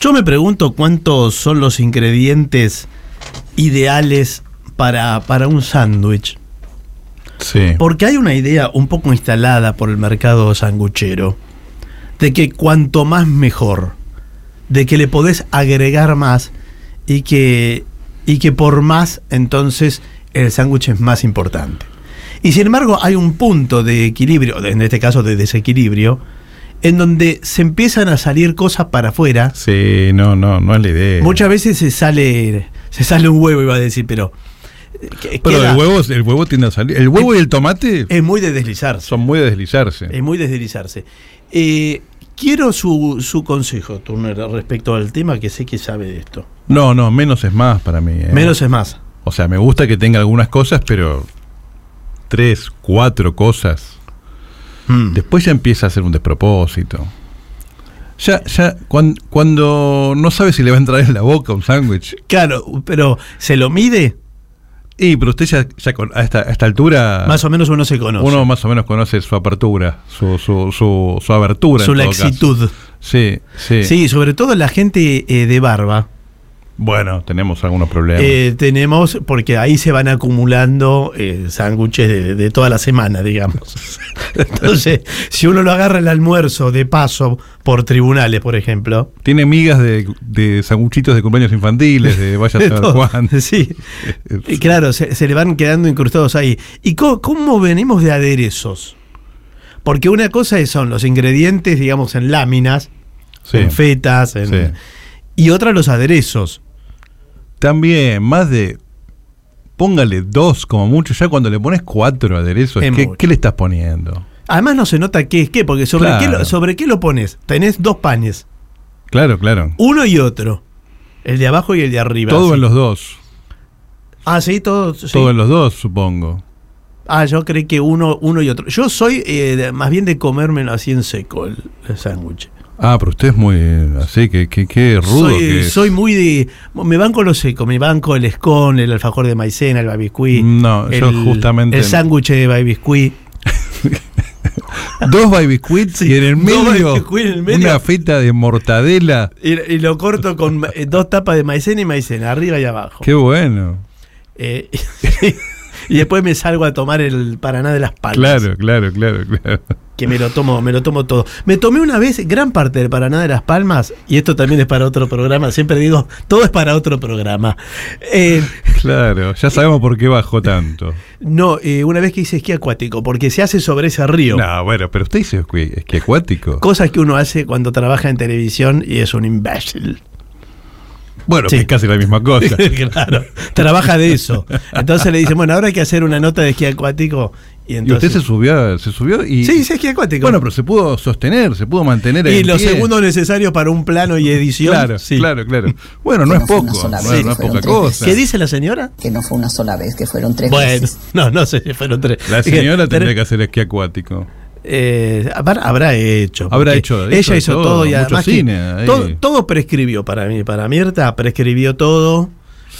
Yo me pregunto cuántos son los ingredientes ideales para, para un sándwich. Sí. Porque hay una idea un poco instalada por el mercado sanguchero de que cuanto más mejor, de que le podés agregar más y que, y que por más entonces el sándwich es más importante. Y sin embargo hay un punto de equilibrio, en este caso de desequilibrio, en donde se empiezan a salir cosas para afuera. Sí, no, no, no es la idea. Muchas veces se sale, se sale un huevo, iba a decir, pero... eh, que- Pero queda- el huevo, el huevo tiende a salir. El huevo y el tomate es muy de deslizarse. son muy de deslizarse. Es muy deslizarse. Eh, quiero su, su consejo, Turner, respecto al tema, que sé que sabe de esto. No, no, menos es más para mí. ¿eh? Menos es más. O sea, me gusta que tenga algunas cosas, pero tres, cuatro cosas. Mm. Después ya empieza a ser un despropósito. Ya, ya, cuan- cuando no sabes si le va a entrar en la boca un sándwich. Claro, pero ¿se lo mide? Y, pero usted ya, ya con- a, esta, a esta altura, Más o menos uno se conoce. Ah. uno más o menos conoce su apertura, su, su, su, su abertura. su en todo caso. laxitud. Sí, sí, Sí, sobre todo la gente eh, de barba. Bueno, tenemos algunos problemas. Eh, tenemos, porque ahí se van acumulando eh, sándwiches de, de toda la semana, digamos. Entonces, si uno lo agarra el almuerzo de paso por tribunales, por ejemplo. Tiene migas de, de sanguchitos de cumpleaños infantiles, de vaya a de saber todo. Juan. Sí, Eh, Claro, se, se le van quedando incrustados ahí. ¿Y co- cómo, venimos de aderezos? Porque una cosa es- son los ingredientes, digamos, en láminas, Sí. en fetas, en- Sí. y otra los aderezos. También, más de. Póngale dos como mucho. Ya cuando le pones cuatro aderezos, Es ¿qué, mucho. qué le estás poniendo? Además no se nota qué es qué, porque sobre, Claro. qué, lo, sobre qué lo pones. Tenés dos panes, Claro, claro. uno y otro. El de abajo y el de arriba. Todo así. en los dos. Ah, sí, todo. sí. Todo en los dos, supongo. Ah, yo creí que uno, uno y otro. Yo soy eh, de- más bien de comérmelo así en seco el, el sándwich. Ah, pero usted es muy. Así que, que, que rudo soy, que es. soy muy de. Me banco lo seco, me banco el escón, el alfajor de maicena, el babiscuí. No, el, yo justamente. El sándwich de babiscuí. Dos baby quits Sí, y en el, dos medio, baby quit en el medio. Una feta de mortadela. Y, y lo corto con ma- eh, dos tapas de maicena y maicena, arriba y abajo. Qué bueno. Eh, y después me salgo a tomar el Paraná de las Palmas. Claro, claro, claro, claro. Que me lo tomo, me lo tomo todo. Me tomé una vez gran parte del Paraná de las Palmas, y esto también es para otro programa, siempre digo, todo es para otro programa. Eh, Claro, ya sabemos por qué bajó tanto. no, eh, una vez que hice esquí acuático, porque se hace sobre ese río. No, bueno, pero usted dice esqui- esquí acuático. Cosas que uno hace cuando trabaja en televisión y es un imbécil. Bueno, Sí. que es casi la misma cosa. claro. Trabaja de eso. Entonces le dicen, bueno, ahora hay que hacer una nota de esquí acuático. Y Y usted entonces. se subió, se subió y. Sí, sí, esquí acuático. Bueno, pero se pudo sostener, se pudo mantener y en los pie. segundos necesarios para un plano y edición. Claro, sí. claro, claro. Bueno, Que no es no fue poco, una sola no, es- vez, no es fueron poca tres cosa. ¿Qué dice la señora? que no fue una sola vez, que fueron tres Bueno, veces. no, no sé si fueron tres. La señora tendría tendría que hacer esquí acuático. habrá hecho. Habrá porque hecho- Ella hizo hizo, de todo, todo, y mucho además. que cine ahí. todo, todo prescribió para mí. Para Mirta, prescribió todo.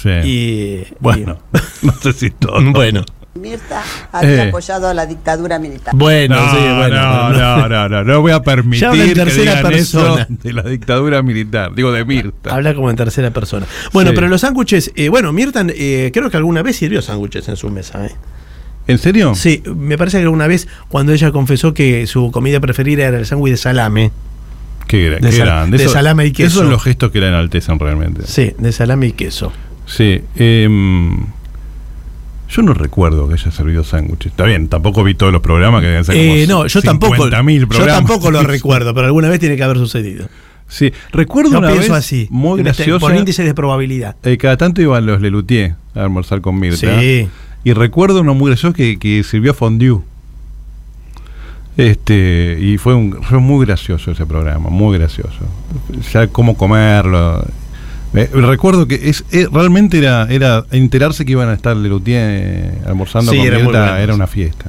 Sí. Y. bueno, no sé si todo. y- bueno. Mirta había Eh. apoyado a la dictadura militar. Bueno, No, sí, bueno. no, bueno. no, no, no, no voy a Ya habla en permitir que tercera digan persona. eso de la dictadura militar, digo de Mirta. Habla como en tercera persona. Bueno, Sí. pero los sándwiches, eh, bueno, Mirtan, eh, creo que alguna vez sirvió sándwiches en su mesa. ¿eh? ¿En serio? Sí, me parece que alguna vez cuando ella confesó que su comida preferida era el sándwich de salame. Qué, gra- De qué sal- grande. de salame y queso. Esos son los gestos que la enaltecen realmente. Sí, de salame y queso. Sí. em, yo no recuerdo que haya servido sándwiches. Está bien, tampoco vi todos los programas que deben ser como Eh, no, yo tampoco, 50.000 yo programas. tampoco lo recuerdo, pero alguna vez tiene que haber sucedido. Sí, recuerdo Yo una vez pienso así, muy en este- graciosa. por índices de probabilidad. eh, cada tanto iban los Lelutier a almorzar con Mirta. Sí. Y recuerdo uno muy gracioso que, que sirvió fondue. Este, y fue, un, fue muy gracioso ese programa, muy gracioso. Ya cómo comerlo. Eh, recuerdo que es, eh, realmente era, era enterarse que iban a estar Lelutier almorzando Sí, con era muy Mirta, bueno. era una fiesta.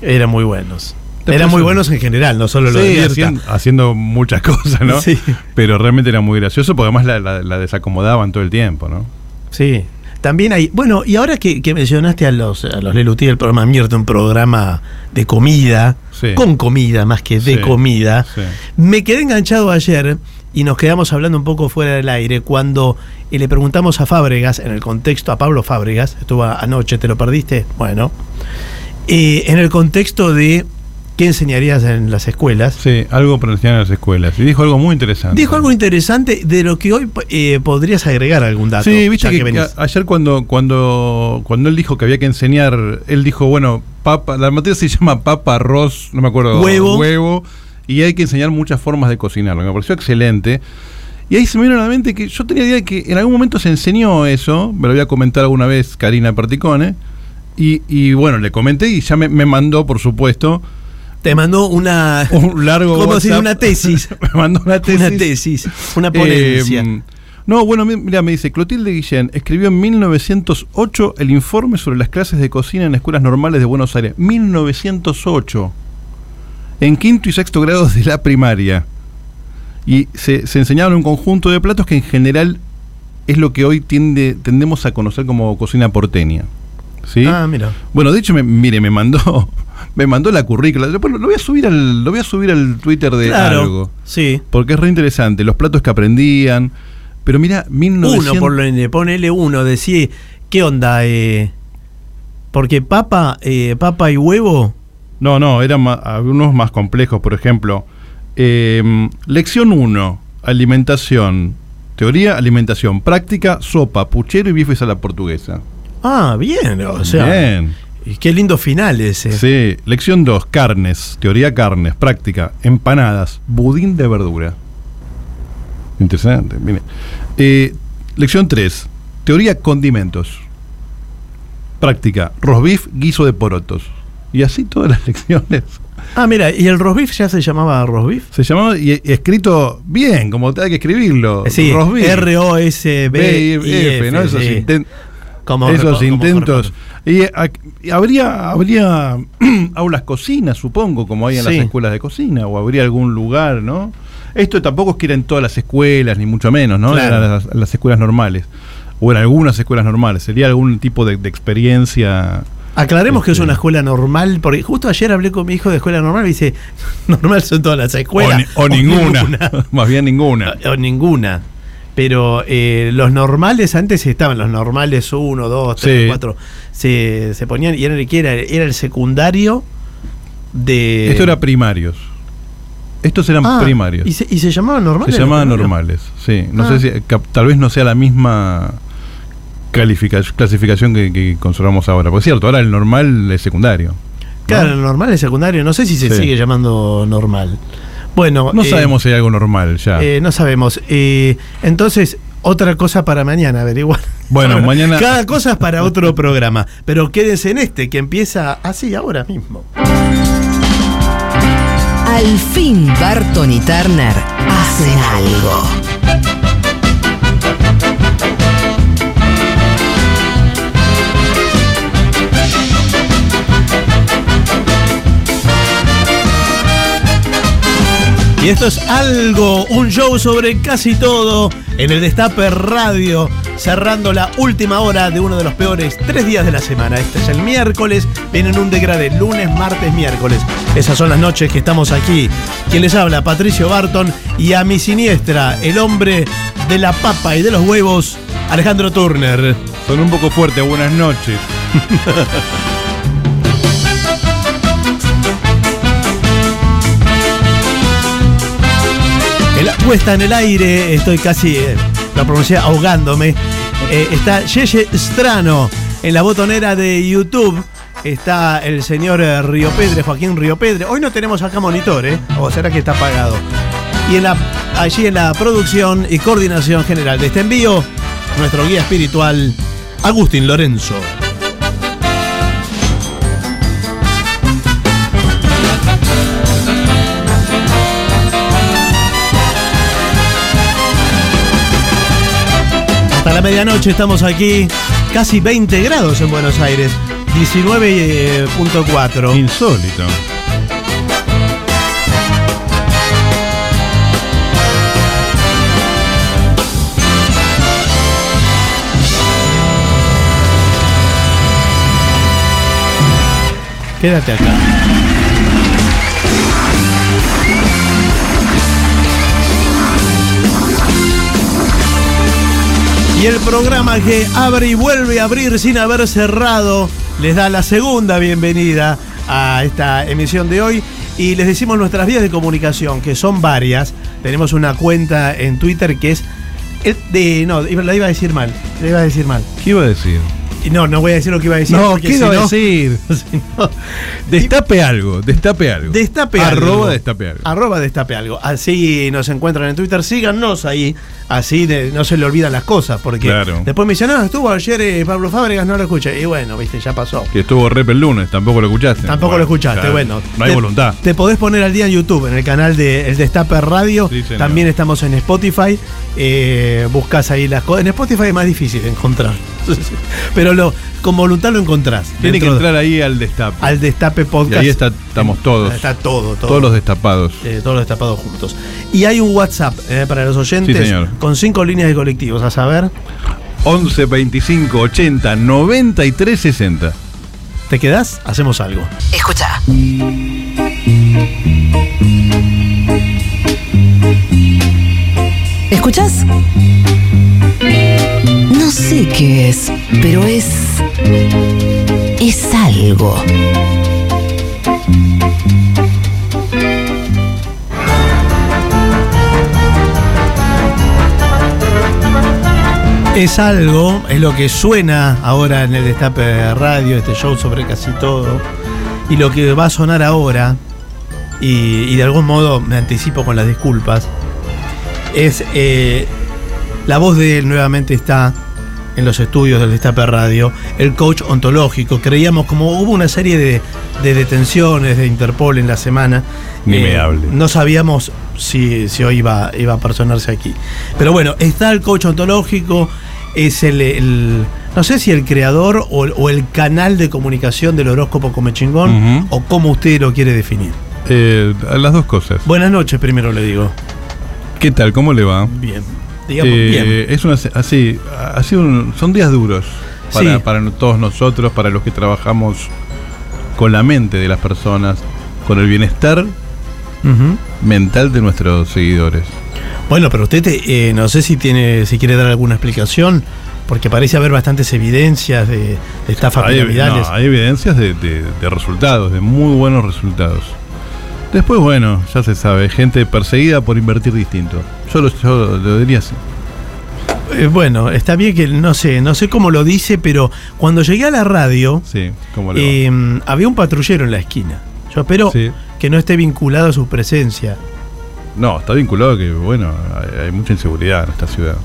Eran muy buenos. Te Eran muy paso- buenos en general, no solo los de Sí, Mirta. haciendo, haciendo muchas cosas, ¿no? Sí. Pero realmente era muy gracioso porque además la, la- la desacomodaban todo el tiempo, ¿no? Sí. También hay. Bueno, y ahora que, que mencionaste a los, a los Lelutí del programa Mierda, un programa de comida, Sí. con comida más que de Sí, comida, sí. me quedé enganchado ayer y y nos quedamos hablando un poco fuera del aire cuando y le preguntamos a Fábregas, en el contexto a Pablo Fábregas, estuvo anoche, ¿te lo perdiste? Bueno, eh, en el contexto de qué enseñarías en las escuelas. Sí, algo para enseñar en las escuelas. Y dijo algo muy interesante. Dijo algo interesante de lo que hoy eh, podrías agregar algún dato. Sí, viste que, que ayer cuando, cuando, cuando él dijo que había que enseñar, él dijo, bueno, papa, la materia se llama papa, arroz, no me acuerdo, Huevo. huevo y hay que enseñar muchas formas de cocinarlo. Me pareció excelente. Y ahí se me vino a la mente que yo tenía idea de que en algún momento se enseñó eso, me lo había comentado alguna vez Karina Perticone, y, y bueno, le comenté y ya me, me mandó, por supuesto, Te mandó una. un largo ¿Cómo decir? WhatsApp. Una tesis. me mandó una tesis. Una tesis, una ponencia. Eh, no, bueno, mi- mira, me dice Clotilde Guillén escribió en 1908 el informe sobre las clases de cocina en escuelas normales de Buenos Aires. 1908. En quinto y sexto grados de la primaria. Y se, se enseñaban un conjunto de platos que en general es lo que hoy tiende, tendemos a conocer como cocina porteña. ¿Sí? Ah, mira. Bueno, de hecho, me- mire, me mandó, me mandó la currícula. Después lo, lo voy a subir al, lo voy a subir al Twitter de claro. algo. Sí. Porque es re interesante, los platos que aprendían. Pero mira, 1900... Uno, por lo menos, ponele uno, decía, ¿qué onda? Eh? Porque papa, eh, papa y huevo, No, no, eran ma- algunos más complejos, por ejemplo. eh, lección 1, alimentación. Teoría, alimentación. Práctica, sopa, puchero y bifes a la portuguesa. ah, bien, o sea. Bien. Y qué lindo final ese. Sí. Lección 2, carnes. Teoría, carnes. Práctica, empanadas. Budín de verdura. Interesante, mire. Eh, lección 3, teoría, condimentos. Práctica, rosbif, guiso de porotos. Y así todas las lecciones. Ah, mira, y el rosbif ya se llamaba rosbif. Se llamaba y, y escrito bien, como hay que escribirlo. Eh, Sí, rosbif. R-O-S-B-I-F, B-I-F, ¿no? Esos sí. inten- Como- esos como- como intentos. Y, eh, ac- y habría, habría aulas cocinas, supongo, como hay en Sí. las escuelas de cocina, o habría algún lugar, ¿no? Esto tampoco es que era en todas las escuelas, ni mucho menos, ¿no? Claro. Eran las, las escuelas normales, o en algunas escuelas normales. Sería algún tipo de, de experiencia. Aclaremos que es Este. una escuela normal, porque justo ayer hablé con mi hijo de escuela normal y dice, normal son todas las o, escuelas. ni- o ninguna, más bien ninguna. O ninguna. Pero eh, los normales antes estaban, los normales 1, 2, 3, Sí. 4. Se, se ponían, y era el que era, era el secundario de. Esto era primarios. Estos eran Ah, primarios. ¿Y se, y se llamaban normales? Se llamaban ¿no? normales, sí. No Ah. sé si, cap- tal vez no sea la misma califica- clasificación que, que conservamos ahora. Por cierto, ahora el normal es secundario. Claro, el normal es secundario. No sé si se Sí. sigue llamando normal. Bueno, No eh, sabemos si hay algo normal ya. eh, no sabemos. Eh, entonces, otra cosa para mañana, averiguar. bueno, mañana. Cada cosa es para otro programa. Pero quédense en este, que empieza así ahora mismo. Al fin Barton y Turner hacen algo. Y esto es algo, un show sobre casi todo en el Destape Radio, cerrando la última hora de uno de los peores tres días de la semana. Este es el miércoles, viene en un degradé, lunes, martes, miércoles. Esas son las noches que estamos aquí. Quien les habla, Patricio Barton, y a mi siniestra, el hombre de la papa y de los huevos, Alejandro Turner. Son un poco fuerte. Buenas noches. En la puesta en el aire, estoy casi, eh, la pronuncié ahogándome. Eh, está Yeye Strano en la botonera de YouTube. Está el señor eh, Riopedre, Joaquín Riopedre. Hoy no tenemos acá monitor, ¿eh? ¿O será que está apagado? Y en la, allí en la producción y coordinación general de este envío, nuestro guía espiritual, Agustín Lorenzo. Hasta la medianoche estamos aquí, casi 20 grados en Buenos Aires, eh, 19.4. Oh. Insólito. Quédate acá. Y el programa que abre y vuelve a abrir sin haber cerrado les da la segunda bienvenida a esta emisión de hoy. Y les decimos nuestras vías de comunicación, que son varias. Tenemos una cuenta en Twitter que es. eh, De, no, iba- la iba a decir mal. La iba a decir mal. ¿Qué iba a decir? Y no, no voy a decir lo que iba a decir. No, porque ¿qué si iba a no- decir? si no- Destape algo, destape algo. Destape algo. Ah. Arroba destape algo. Arroba destape algo. Así nos encuentran en Twitter. Síganos ahí. Así de- no se le olvidan las cosas. Porque Claro. después me dicen, no, estuvo ayer eh, Pablo Fábregas, no lo escuché. Y bueno, viste, ya pasó. Que estuvo rep el lunes, tampoco lo escuchaste. Tampoco Bueno, lo escuchaste, claro, bueno. No hay Te- voluntad. Te podés poner al día en YouTube, en el canal de El Destape Radio. Sí, señor. También estamos en Spotify. Eh, buscas ahí las cosas. En Spotify es más difícil de encontrar. Pero lo, con voluntad lo encontrás. Tiene que Dentro- entrar ahí al destape. al Destape y Podcast. ahí está, estamos todos. Está todo, todo. Todos los destapados. Eh, todos los destapados juntos. Y hay un WhatsApp eh, para los oyentes Sí, señor. con cinco líneas de colectivos, a saber. 11, 25, 80, 93, 60. ¿Te quedás? Hacemos algo. Escucha. ¿Escuchas? No sé qué es, pero es. Es algo. Es algo, es lo que suena ahora en el Destape Radio, este show sobre casi todo, y lo que va a sonar ahora, y, y de algún modo me anticipo con las disculpas, es eh, la voz de él nuevamente está en los estudios del Destape Radio, el coach ontológico. Creíamos, como hubo una serie de, de detenciones de Interpol en la semana, Eh, Ni me hable. no sabíamos si, si hoy iba, iba a personarse aquí. Pero bueno, está el coach ontológico, es el, el- no sé si el creador o el, o el canal de comunicación del horóscopo Comechingón, Ujú. o como usted lo quiere definir. Eh, a las dos cosas. Buenas noches, primero le digo. ¿Qué tal? ¿Cómo le va? Bien, digamos Eh, bien. Es una, se- así, ha sido un- son días duros para, Sí. para no- todos nosotros, para los que trabajamos con la mente de las personas, con el bienestar Ujú. mental de nuestros seguidores. Bueno, pero usted eh, no sé si tiene, si quiere dar alguna explicación, porque parece haber bastantes evidencias de, de estafas Hay, piramidales. no, hay evidencias de, de- de resultados, de muy buenos resultados. Después, bueno, ya se sabe, gente perseguida por invertir distinto. Yo lo, yo lo diría así. Eh, bueno, está bien que no sé, no sé cómo lo dice, pero cuando llegué a la radio Sí, como lo eh, había un patrullero en la esquina. Yo espero Sí. que no esté vinculado a su presencia. No, está vinculado que, bueno, hay, hay mucha inseguridad en esta ciudad.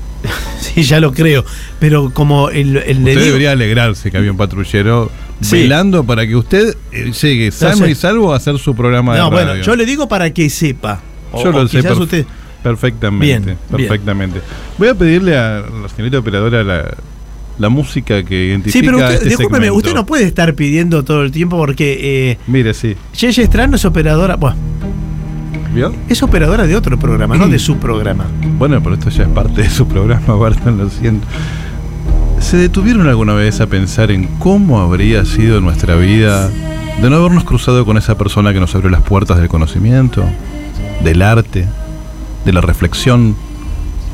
Sí, ya lo creo. Pero como el, el le Usted digo- debería alegrarse que había un patrullero Sí. velando para que usted eh, llegue sano sé. y salvo a hacer su programa No, de radio. bueno, yo le digo para que sepa. O- Yo o lo sé quizás perf- usted- perfectamente, Bien, bien. perfectamente. Voy a pedirle a la señorita operadora la, la música que identifica Sí, pero usted, este discúlpeme, segmento. usted no puede estar pidiendo todo el tiempo porque eh, Mire, sí. Yeye Estrano es operadora. Bueno, ¿Vio? es operadora de otro programa, no de su programa. Bueno, pero esto ya es parte de su programa, Barton, lo siento. ¿Se detuvieron alguna vez a pensar en cómo habría sido nuestra vida de no habernos cruzado con esa persona que nos abrió las puertas del conocimiento, del arte, de la reflexión,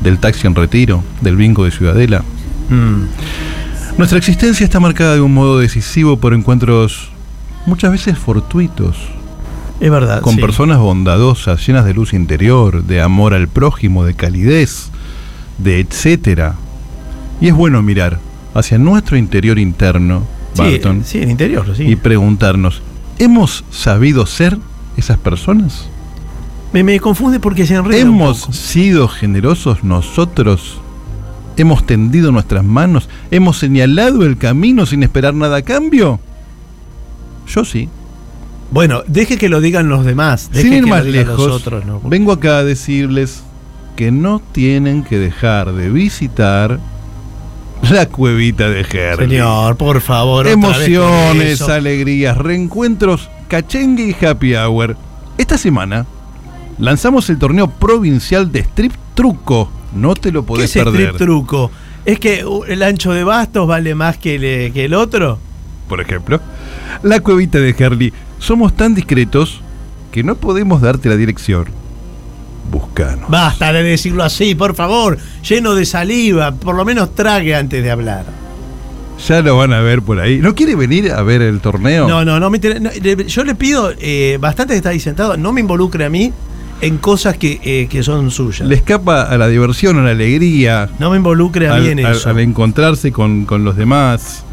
del taxi en retiro, del bingo de Ciudadela? Mm, Nuestra existencia está marcada de un modo decisivo por encuentros muchas veces fortuitos es verdad. con sí. personas bondadosas, llenas de luz interior, de amor al prójimo, de calidez, de etcétera. Y es bueno mirar hacia nuestro interior interno, Sí, eh, Barton, Sí, el interior, sí. y preguntarnos, ¿hemos sabido ser esas personas? me, me confunde porque se enreda. un ¿Hemos poco. sido generosos nosotros? ¿Hemos tendido nuestras manos? ¿Hemos señalado el camino sin esperar nada a cambio? Yo sí. Bueno, deje que lo digan los demás. Deje Sin que ir lo más digan lejos, los otros, ¿no? vengo acá a decirles que no tienen que dejar de visitar la cuevita de Herley. Señor, por favor. otra vez con Emociones, eso. alegrías, reencuentros, cachengue y happy hour. Esta semana lanzamos el torneo provincial de strip truco. No te lo ¿Qué podés es el perder. strip truco? ¿Es que uh, el ancho de bastos vale más que el, que el otro? por ejemplo. La cuevita de Herley. Somos tan discretos que no podemos darte la dirección. buscanos. Basta de decirlo así, por favor. Lleno de saliva. Por lo menos trague antes de hablar. Ya lo van a ver por ahí. ¿No quiere venir a ver el torneo? No, no, no. me inter- no, le- yo le pido, eh, bastante que está ahí sentado, no me involucre a mí en cosas que, eh, que son suyas. Le escapa a la diversión, a la alegría, no me involucre a mí al, en al- eso. al encontrarse con, con los demás.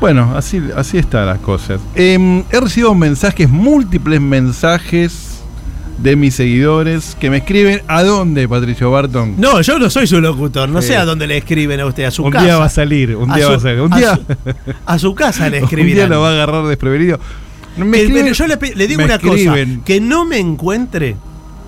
Bueno, así, así están las cosas. Em, he recibido mensajes, múltiples mensajes de mis seguidores que me escriben a dónde, Patricio Barton. No, yo no soy su locutor. No Sí. sé a dónde le escriben a usted, a su un casa. día va a salir, un A día su- va a salir. Un a día, su- a su casa le un día escribirán. lo va a agarrar desprevenido. Me Que- escriben- pero yo le, pe- le digo me una escriben. cosa, que no me encuentre,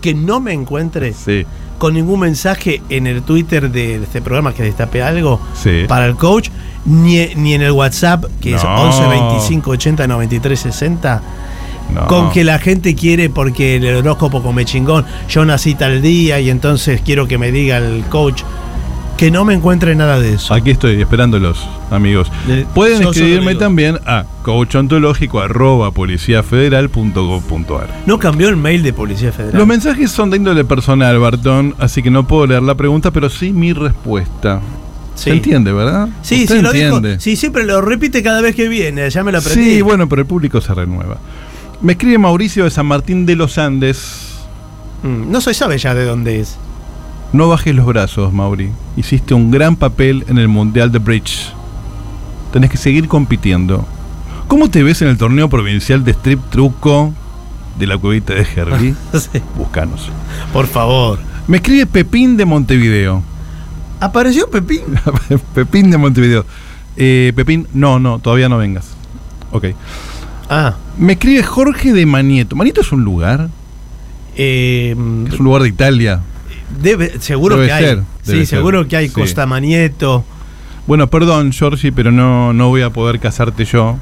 que no me encuentre Sí, con ningún mensaje en el Twitter de este programa que destape algo sí. para el coach, ni, ni en el WhatsApp, que es No. 11 25 80 93 60, No. con que la gente quiere porque el horóscopo come chingón, yo nací tal día y entonces quiero que me diga el coach, que no me encuentre nada de eso. Aquí estoy esperándolos, amigos. De- yo Pueden solo escribirme digo. también a coachontológico.policiafederal.gov.ar. No cambió el mail de Policía Federal. Los mensajes son de índole personal, Bartón, así que no puedo leer la pregunta, pero sí mi respuesta. Sí. ¿Se entiende, verdad? Sí, Usted sí, lo dijo. entiende. Sí, siempre lo repite cada vez que viene. Ya me lo aprendí. Sí, bueno, pero el público se renueva. Me escribe Mauricio de San Martín de los Andes. Mm, No se sabe ya de dónde es. No bajes los brazos, Mauri. Hiciste un gran papel en el Mundial de Bridge. Tenés que seguir compitiendo. ¿Cómo te ves en el torneo provincial de strip truco de la cuevita de Herbie? Sí, Buscanos. Por favor. Me escribe Pepín de Montevideo. Apareció Pepín. Pepín de Montevideo. Eh, Pepín, no, no, todavía no vengas. Ok. Ah, Me escribe Jorge de Manieto. Manieto es un lugar, eh, es un lugar de Italia. debe, seguro Debe que ser, hay. debe Sí, ser, seguro que hay sí. Costa Manieto. Bueno, perdón, Georgie, pero no, no voy a poder casarte yo.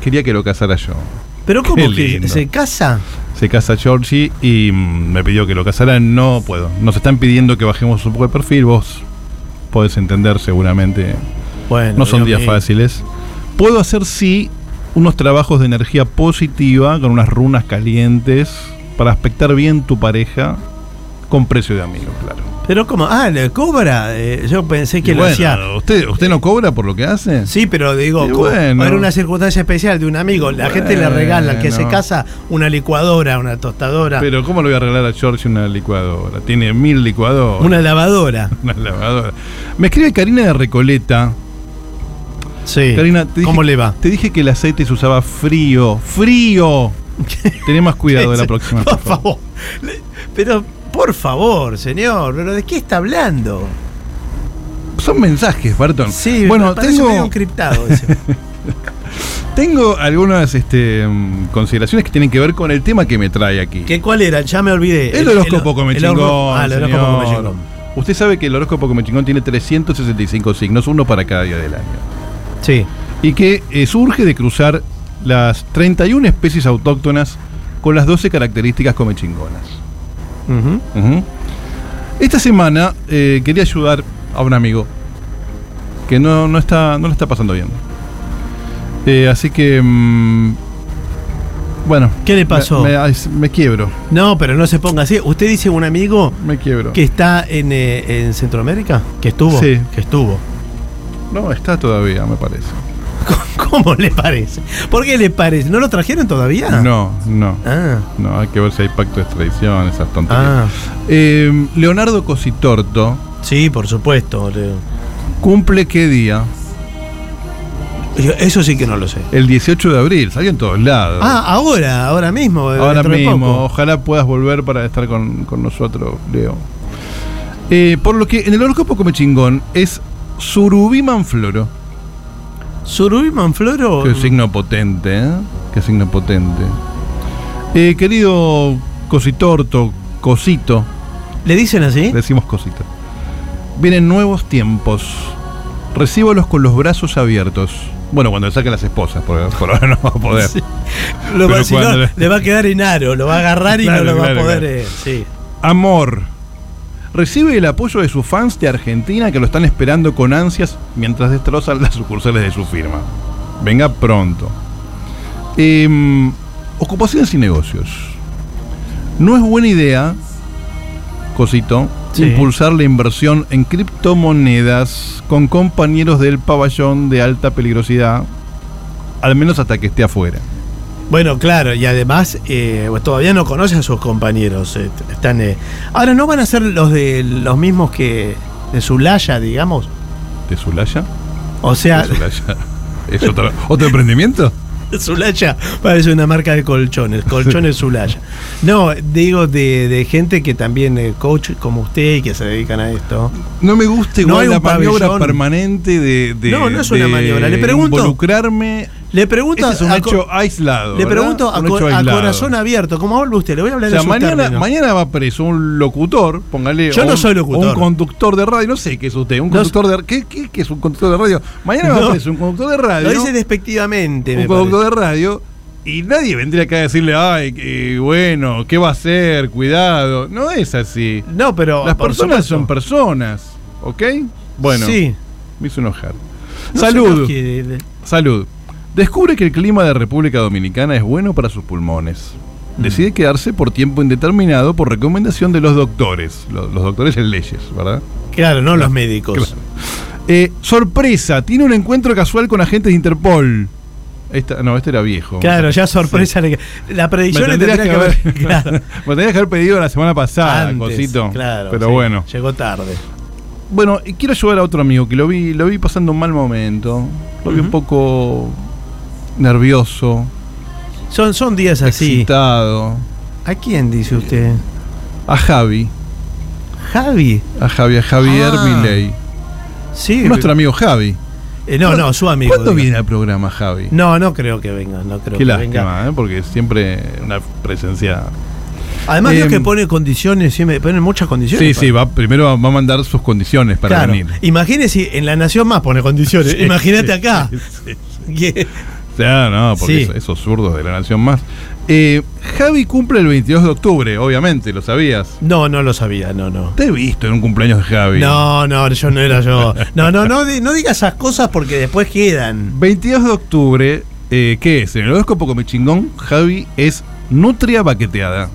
Quería que lo casara yo. Pero Qué ¿cómo que lindo. se casa? Se casa Georgie y mm, me pidió que lo casara. No puedo. Nos están pidiendo que bajemos un poco de perfil. Vos podés entender seguramente. Bueno, No son Dios días mío. fáciles. Puedo hacer, sí, unos trabajos de energía positiva con unas runas calientes para aspectar bien tu pareja con precio de amigo, claro. Pero como, ah, le cobra. eh, yo pensé que Y lo bueno, hacía. ¿usted, ¿Usted no cobra por lo que hace? Sí, pero digo, Y como- bueno. era una circunstancia especial de un amigo. La gente le regala al que se Bueno. casa una licuadora, una tostadora, Pero ¿cómo le voy a arreglar a George una licuadora? Tiene mil licuadoras. una lavadora. una lavadora. Me escribe Karina de Recoleta. Sí. Karina, te dije, ¿Cómo le va? Te dije que el aceite se usaba frío. ¡Frío! Tené más cuidado de la próxima. Por favor. Le- Pero, por favor, señor, ¿pero de qué está hablando? Son mensajes, Barton. Sí, Ah. bueno, me parece tengo, medio encriptado eso. tengo algunas este, mm, consideraciones que tienen que ver con el tema que me trae aquí. ¿Qué, ¿Cuál era? Ya me olvidé. El horóscopo come el horno- chingón. Ah, el horóscopo come señor. chingón. Usted sabe que el horóscopo come chingón tiene 365 signos, uno para cada día del año. Sí. y que eh, surge de cruzar las 31 especies autóctonas con las 12 características comechingonas. Ujú. Ujú. Esta semana eh, quería ayudar a un amigo que no, no, está, no la está pasando bien. Eh, así que... mm, bueno. ¿Qué le pasó? Me, me- ay, me quiebro, No, pero no se ponga así. Usted dice un amigo me quiebro. que está en, eh, en Centroamérica, que estuvo. Sí. Que estuvo. No, está todavía, me parece. ¿Cómo le parece? ¿Por qué le parece? ¿No lo trajeron todavía? No, no. Ah, No, hay que ver si hay pacto de extradición, esas tonterías. ah. Eh, Leonardo Cositorto Sí, por supuesto. le- cumple qué día? Yo- Eso sí que no lo sé. El 18 de abril, salió en todos lados. Ah, ahora, ahora mismo. eh, Ahora dentro de mismo, poco. ojalá puedas volver para estar con, con nosotros, Leo. Eh, por lo que en el horóscopo come chingón es Surubí Manfloro. Surubí Manfloro. Qué signo potente, ¿eh? Qué signo potente. Eh, querido Cositorto, Cosito, ¿Le dicen así? decimos Cosito. Vienen nuevos tiempos. Recíbalos con los brazos abiertos. Bueno, cuando le saquen las esposas, por, por ahora no va a poder. Sí. Lo Pero va- si no, cuando- Le va a quedar en aro, lo va a agarrar y Claro, no lo va claro, a poder. claro. eh, sí. Amor. Recibe el apoyo de sus fans de Argentina que lo están esperando con ansias mientras destrozan las sucursales de su firma. Venga pronto. Em, ocupaciones y negocios. No es buena idea cosito, Sí. impulsar la inversión en criptomonedas con compañeros del pabellón de alta peligrosidad, al menos hasta que esté afuera. Bueno, claro, y además eh, pues todavía no conoce a sus compañeros. eh, t- están, eh, ahora, ¿no van a ser los de los mismos que de Zulaya, digamos? ¿De Zulaya? O sea, ¿De Zulaya? ¿Es otro, otro emprendimiento? Zulaya parece una marca de colchones, colchones Zulaya. No, digo de, de gente que también eh, coach como usted y que se dedican a esto. No me gusta No igual hay la un maniobra pabellón. permanente de, de- No, no es una de maniobra, le pregunto. Involucrarme. Le pregunto, Este es un a co- hecho aislado. le ¿verdad? pregunto a, Un co- hecho a aislado. corazón abierto, ¿cómo habla usted? Le voy a hablar O sea, en sus mañana, términos. mañana va preso un locutor, póngale. Yo o no un- soy locutor. o Un conductor de radio, no sé qué es usted, un No conductor de ¿qué, qué, qué es un conductor de radio? Mañana No. va preso un conductor de radio. Lo dice despectivamente. un me parece. conductor de radio. Y nadie vendría acá a decirle, ay, qué bueno, ¿qué va a hacer? Cuidado. No es así. No, pero. Las por personas son supuesto. personas, ¿ok? Bueno, Sí. me hizo enojar. No sé salud, los que- salud. Descubre que el clima de República Dominicana es bueno para sus pulmones. Mm. Decide quedarse por tiempo indeterminado por recomendación de los doctores. Lo- Los, doctores en leyes, ¿verdad? Claro, no los médicos. Claro. Eh, sorpresa, tiene un encuentro casual con agentes de Interpol. Esta, no, este era viejo. Claro, ya sorpresa. le- La Me predicción le tendrías, que tendría haber, que haber- claro, me tendrías que haber pedido la semana pasada, antes, cosito. claro, Pero sí, bueno. Llegó tarde. Bueno, y quiero ayudar a otro amigo que lo vi, lo vi pasando un mal momento. Lo vi un Ujú. poco nervioso, Son, son días así. excitado. ¿A quién dice usted? A Javi, Javi. a Javi, a Javier Ah, Milei. Sí. Nuestro amigo Javi. Eh, no, no, su amigo. ¿Cuándo digo. viene al programa Javi? No, no creo que venga, no creo Qué que venga. lástima, ¿eh? porque siempre una presencia. Además, Dios Em, que pone condiciones, siempre pone muchas condiciones. Sí, pa- sí, va, primero va a mandar sus condiciones para claro. venir. Imagínese, en La Nación más pone condiciones. Sí, Imagínate sí, acá. sí, sí. Que- Ya, no, porque Sí. eso- esos zurdos de la nación más. Eh, Javi cumple el 22 de octubre, obviamente, lo sabías. No, no lo sabía, no, no. Te he visto en un cumpleaños de Javi. No, no, yo no era yo. No, no, no, di- no digas esas cosas porque después quedan. 22 de octubre, eh, ¿qué es? En el horóscopo mi chingón, Javi es nutria baqueteada.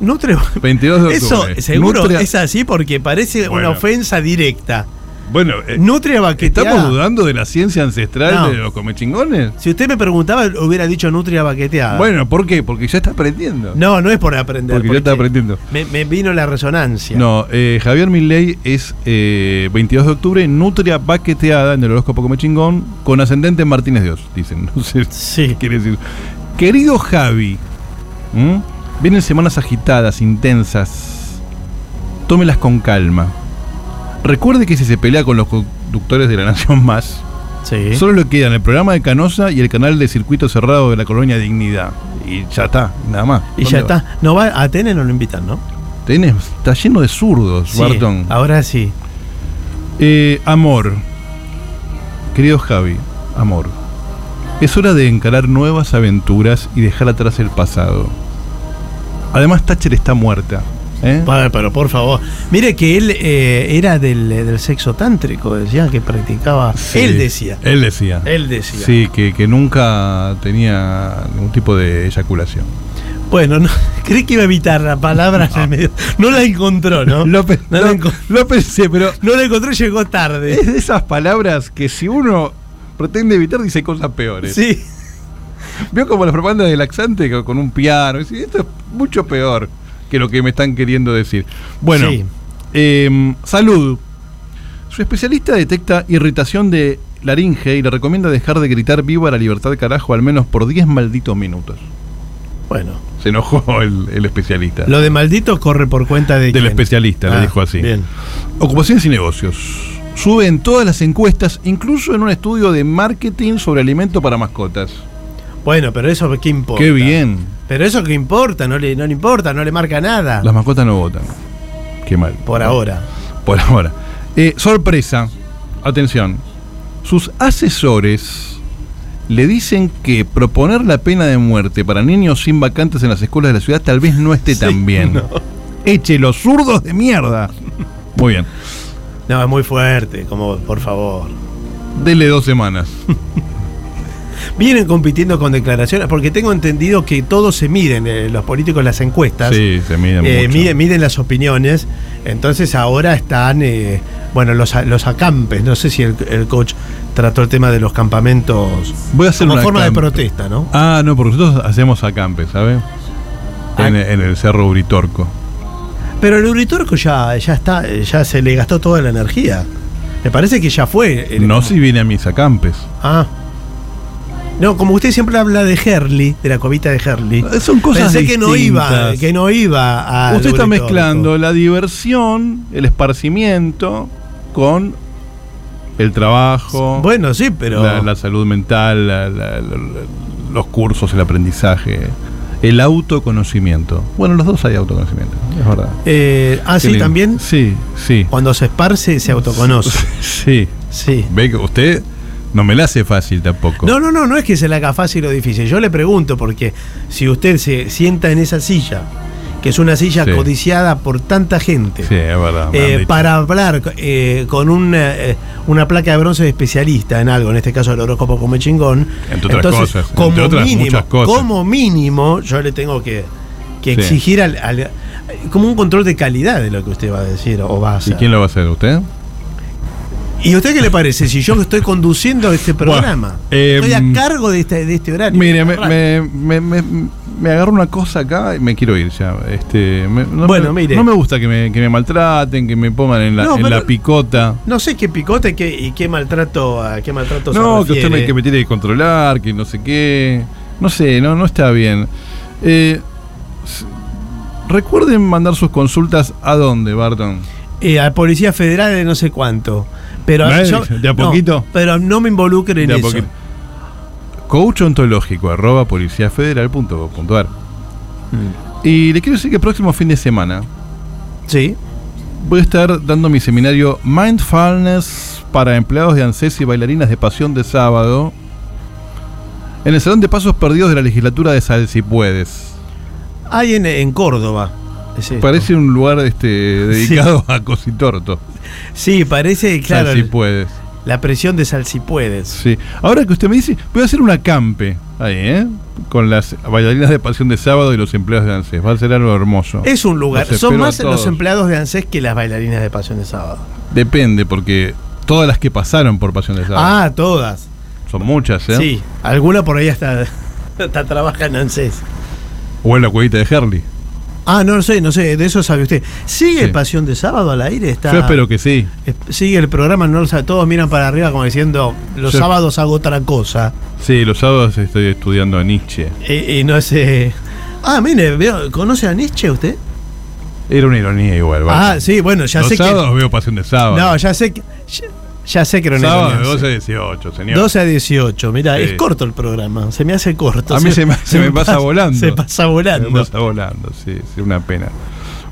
No te- 22 de Eso octubre. seguro Nutria- es así porque parece Bueno. una ofensa directa. Bueno, eh, Nutria baqueteada. ¿estamos dudando de la ciencia ancestral No. de los comechingones? Si usted me preguntaba, hubiera dicho nutria baqueteada. Bueno, ¿por qué? Porque ya está aprendiendo. No, no es por aprender. Porque ya está aprendiendo. Me, me vino la resonancia. No, eh, Javier Milley es eh, 22 de octubre, nutria baqueteada en el horóscopo come chingón, con ascendente en Martínez Dios, dicen. No sé Sí. qué quiere decir. Querido Javi, ¿m? vienen semanas agitadas, intensas. Tómelas con calma. Recuerde que si se pelea con los conductores de la Nación Más, Sí. solo le quedan el programa de Canosa y el canal de circuito cerrado de la colonia Dignidad. Y ya está, nada más. y ya está. No va, a Atenas no lo invitan, ¿no? Tenés, está lleno de zurdos, Sí, Ah. Barton. Ahora sí. Eh, amor. Querido Javi, amor. Es hora de encarar nuevas aventuras y dejar atrás el pasado. Además, Thatcher está muerta. ¿eh? Pa- Pero, por favor. Mire que él eh, era del, del sexo tántrico, decía que practicaba. Sí, Él decía. Él decía. Él decía. Sí, que, que nunca tenía ningún tipo de eyaculación. Bueno, no, creí que iba a evitar la palabra en el medio. No la encontró, ¿no? Lo, pe- no, lo- la enco- lo pensé, pero no la encontró, llegó es tarde. de esas palabras que si uno pretende evitar, dice cosas peores. Sí. Vio como las propagandas de laxante co- con un piano. y dice, Esto es mucho peor que lo que me están queriendo decir. Bueno, Sí. em, salud. Su especialista detecta irritación de laringe y le recomienda dejar de gritar viva la libertad carajo al menos por 10 malditos minutos. Bueno, Se enojó el, el especialista. lo de maldito corre por cuenta de. Del quién. especialista, le Ah, dijo así. Bien. Ocupaciones y negocios. Sube en todas las encuestas, incluso en un estudio de marketing sobre alimento para mascotas. Bueno, pero eso qué importa. Qué bien. Pero eso qué importa, no le, no le importa, no le marca nada. Las mascotas no votan. Qué mal. Por ahora. Por ahora. Eh, sorpresa. Atención. Sus asesores le dicen que proponer la pena de muerte para niños sin vacantes en las escuelas de la ciudad tal vez no esté tan bien. Eche los zurdos de mierda. Muy bien. No, es muy fuerte, como por favor. Dele dos semanas. Vienen compitiendo con declaraciones, porque tengo entendido que todos se miden, eh, los políticos las encuestas, Sí, se miden eh, mucho. miden, miden las opiniones, entonces ahora están, eh, bueno, los, a- los acampes, no sé si el, el coach trató el tema de los campamentos Voy a hacer como un forma de acampe. protesta, ¿no? Ah, no, porque nosotros hacemos acampes, ¿sabes? En, Ah. en el Cerro Uritorco. Pero el Uritorco ya, ya está, eh, ya se le gastó toda la energía. Me parece que ya fue. el- No si viene a mis acampes. Ah. No, como usted siempre habla de Herley, de la cobita de Herley. Eh, son cosas Pensé que no iba, distintas. que no iba a. Usted está mezclando la diversión, el esparcimiento, con el trabajo, Bueno, sí, pero. la, la salud mental, la- la- la- los cursos, el aprendizaje, el autoconocimiento. Bueno, los dos hay autoconocimiento, es verdad. Eh, ah, Qué sí, lindo. también. Sí, sí. Cuando se esparce, se autoconoce. Sí. Sí. Ve que usted no me la hace fácil tampoco. No, no, no, no es que se le haga fácil o difícil. Yo le pregunto, porque si usted se sienta en esa silla, que es una silla Sí. codiciada por tanta gente. Sí, es verdad. me han Eh, dicho. para hablar eh, con una, eh, una placa de bronce de especialista en algo, en este caso el horóscopo come chingón. Entre otras cosas, entre como otras mínimo, muchas cosas. Como mínimo, yo le tengo que, que Sí. exigir al, al- como un control de calidad de lo que usted va a decir o va a ¿Y hacer. quién lo va a hacer? ¿Usted? ¿Y a usted qué le parece si yo estoy conduciendo este programa? eh, estoy a cargo de este, de este horario. Mire, me, me, me, me- me agarro una cosa acá y me quiero ir ya. Este, me- no Bueno, me, mire. No me gusta que me, que me maltraten, que me pongan en la, No, en pero- la picota. No sé qué picote y qué, y qué maltrato, a qué maltrato se No, que usted me, refiere. que me tiene que controlar, que no sé qué. No sé, no, no está bien. Eh, s- recuerden mandar sus consultas a dónde, Barton. eh, a Policía Federal de no sé cuánto. Pero ¿Ves? De a no, poquito. pero no me involucre en De a eso. poquito. Coach ontológico, arroba policiafederal.gov.ar. Mm. Y le quiero decir que el próximo fin de semana Sí. voy a estar dando mi seminario Mindfulness para empleados de ANSES y bailarinas de Pasión de Sábado en el Salón de Pasos Perdidos de la Legislatura de Sal, si puedes. Hay en, en Córdoba. es esto. Parece un lugar este, dedicado a cositorto. Sí, parece, claro, Sal, si puedes. la presión de Sal si puedes. Sí. Ahora que usted me dice, voy a hacer una campe ahí, ¿eh? Con las bailarinas de Pasión de Sábado y los empleados de ANSES. Va a ser algo hermoso. Es un lugar. Los Son espero a más los todos. empleados de ANSES que las bailarinas de Pasión de Sábado. Depende, porque todas las que pasaron por Pasión de Sábado Ah, todas. son muchas, ¿eh? Sí. Alguna por ahí hasta, hasta trabaja en ANSES. O en la cuevita de Herley. Ah, no sé, no sé, de eso sabe usted. ¿Sigue Sí. Pasión de Sábado al aire? Está, Yo espero que sí. es- Sigue el programa, no lo sabe. Todos miran para arriba como diciendo, los Yo- sábados hago otra cosa. Sí, los sábados estoy estudiando a Nietzsche. Y, y no sé. Ah, mire, veo- ¿conoce a Nietzsche usted? Era una ironía igual, Ah, vaya. sí, bueno, ya los sé sábados que. veo pasión de sábado. No, ya sé que. Ya, ya sé que no sábado de 12 a 18, señor. 12 a 18, mirá, Sí. es corto el programa, se me hace corto. A mí se me- se me pasa volando. Se pasa volando. Me pasa volando, sí, sí, una pena.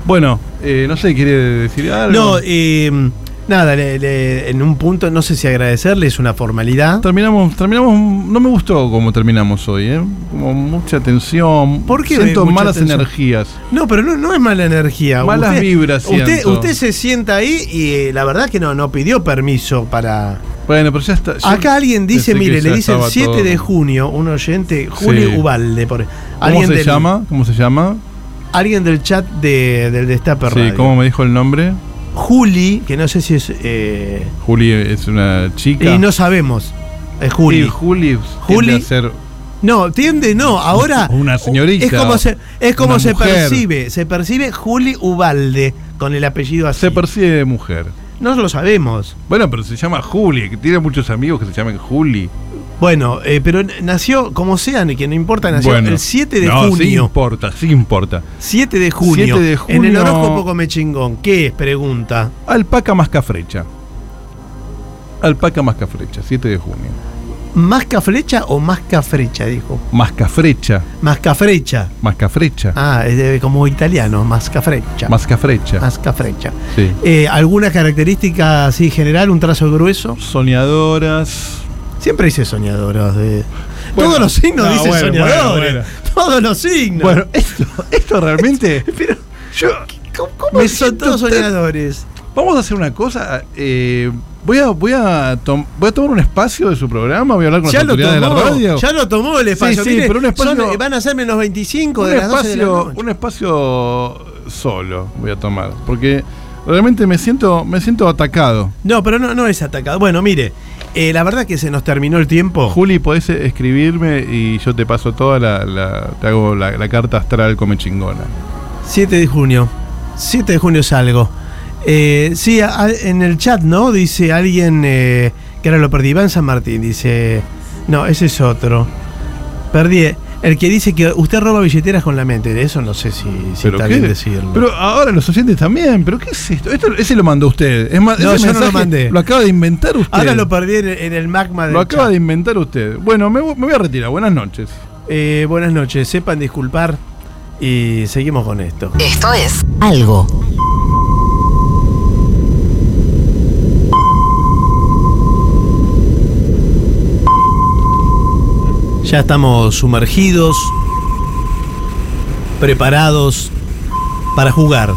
Bueno, eh, no sé, ¿quiere decir algo? No, eh, nada, le- le- en un punto, no sé si agradecerle, es una formalidad. Terminamos, terminamos, no me gustó cómo terminamos hoy, ¿eh? Como mucha tensión. ¿Por qué Siento mucha malas tensión? energías. No, pero no, no es mala energía. Malas vibras Usted, siento. usted se sienta ahí y eh, la verdad que no, no pidió permiso para, Bueno, pero ya está. yo Acá alguien dice, pensé que mire, ya le dice el estaba 7 todo. de junio, un oyente, Julio Sí. Ubalde. Por, ¿Cómo alguien se del, llama? ¿Cómo se llama? Alguien del chat de, del Destape Sí, Radio. ¿cómo me dijo el nombre? Juli, que no sé si es... eh, Juli es una chica. y no sabemos. Es Juli. Juli. Juli, Juli. tiende a ser no, tiende, no, ahora... Una señorita, Es como se, es como una se mujer. percibe. Se percibe Juli Ubalde con el apellido así. se percibe de mujer. no lo sabemos. Bueno, pero se llama Juli, que tiene muchos amigos que se llaman Juli. Bueno, eh, pero nació, como sean, que no importa, nació Bueno. el 7 de No, Sí junio. importa, sí importa. 7 de junio. 7 de En el junio. horóscopo come chingón. ¿Qué es? Pregunta. Alpaca Mascafrecha. Alpaca Mascafrecha, 7 de junio. ¿Masca flecha o masca frecha? Dijo. Mascafrecha, Masca frecha. Mascafrecha, Ah, es de- como italiano, masca frecha. Mascafrecha. Masca frecha. Sí. Eh, ¿Alguna característica así general? ¿Un trazo grueso? Soñadoras. Siempre dice soñadoras. de- Bueno, Todos los signos no, dicen bueno, soñadores. bueno, Todos los signos. Bueno, esto, esto realmente. pero yo, ¿cómo, cómo Me son siento todos tan- soñadores? Vamos a hacer una cosa. eh, Voy a, voy, a tom- voy a tomar un espacio de su programa, voy a hablar con Ya lo, las tomó, autoridades de la radio. ya lo tomó el espacio. sí, mire, pero un espacio- son- van a ser menos 25 un de las 12 de la espacio, noche. un espacio solo voy a tomar, porque realmente me siento, me siento atacado. No, pero no, no es atacado. Bueno, mire, eh, la verdad que se nos terminó el tiempo. Juli, podés escribirme y yo te paso toda la, la- te hago la, la carta astral come chingona. 7 de junio. 7 de junio salgo. Eh, sí, a- a- en el chat, ¿no? Dice alguien eh, que ahora lo perdí. Iván San Martín dice. No, ese es otro. Perdí. El que dice que usted roba billeteras con la mente. De eso no sé si, si está qué- bien decirlo. pero ahora los oyentes también, pero ¿qué es esto? Esto- ese lo mandó usted. Es más, No, ese yo no lo mensaje mandé. Lo acaba de inventar usted. ahora lo perdí en, en el magma del Lo acaba chat. de inventar usted. Bueno, me, vo- me voy a retirar. Buenas noches. Eh, buenas noches. Sepan disculpar y seguimos con esto. Esto es Algo. Ya estamos sumergidos, preparados para jugar.